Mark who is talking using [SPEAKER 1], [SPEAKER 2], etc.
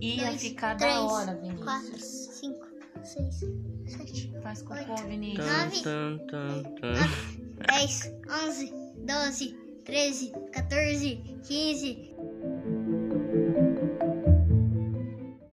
[SPEAKER 1] Ia
[SPEAKER 2] Um, dois,
[SPEAKER 1] ficar
[SPEAKER 2] três,
[SPEAKER 1] da hora, Vinícius.
[SPEAKER 2] quatro, cinco, seis, sete,
[SPEAKER 1] Faz cocô,
[SPEAKER 2] Oito.
[SPEAKER 1] Vinícius.
[SPEAKER 2] Tá.
[SPEAKER 3] Tan,
[SPEAKER 2] Nove.
[SPEAKER 3] tan, tan, tan.
[SPEAKER 2] nove, dez, onze, doze, treze, 14, quinze.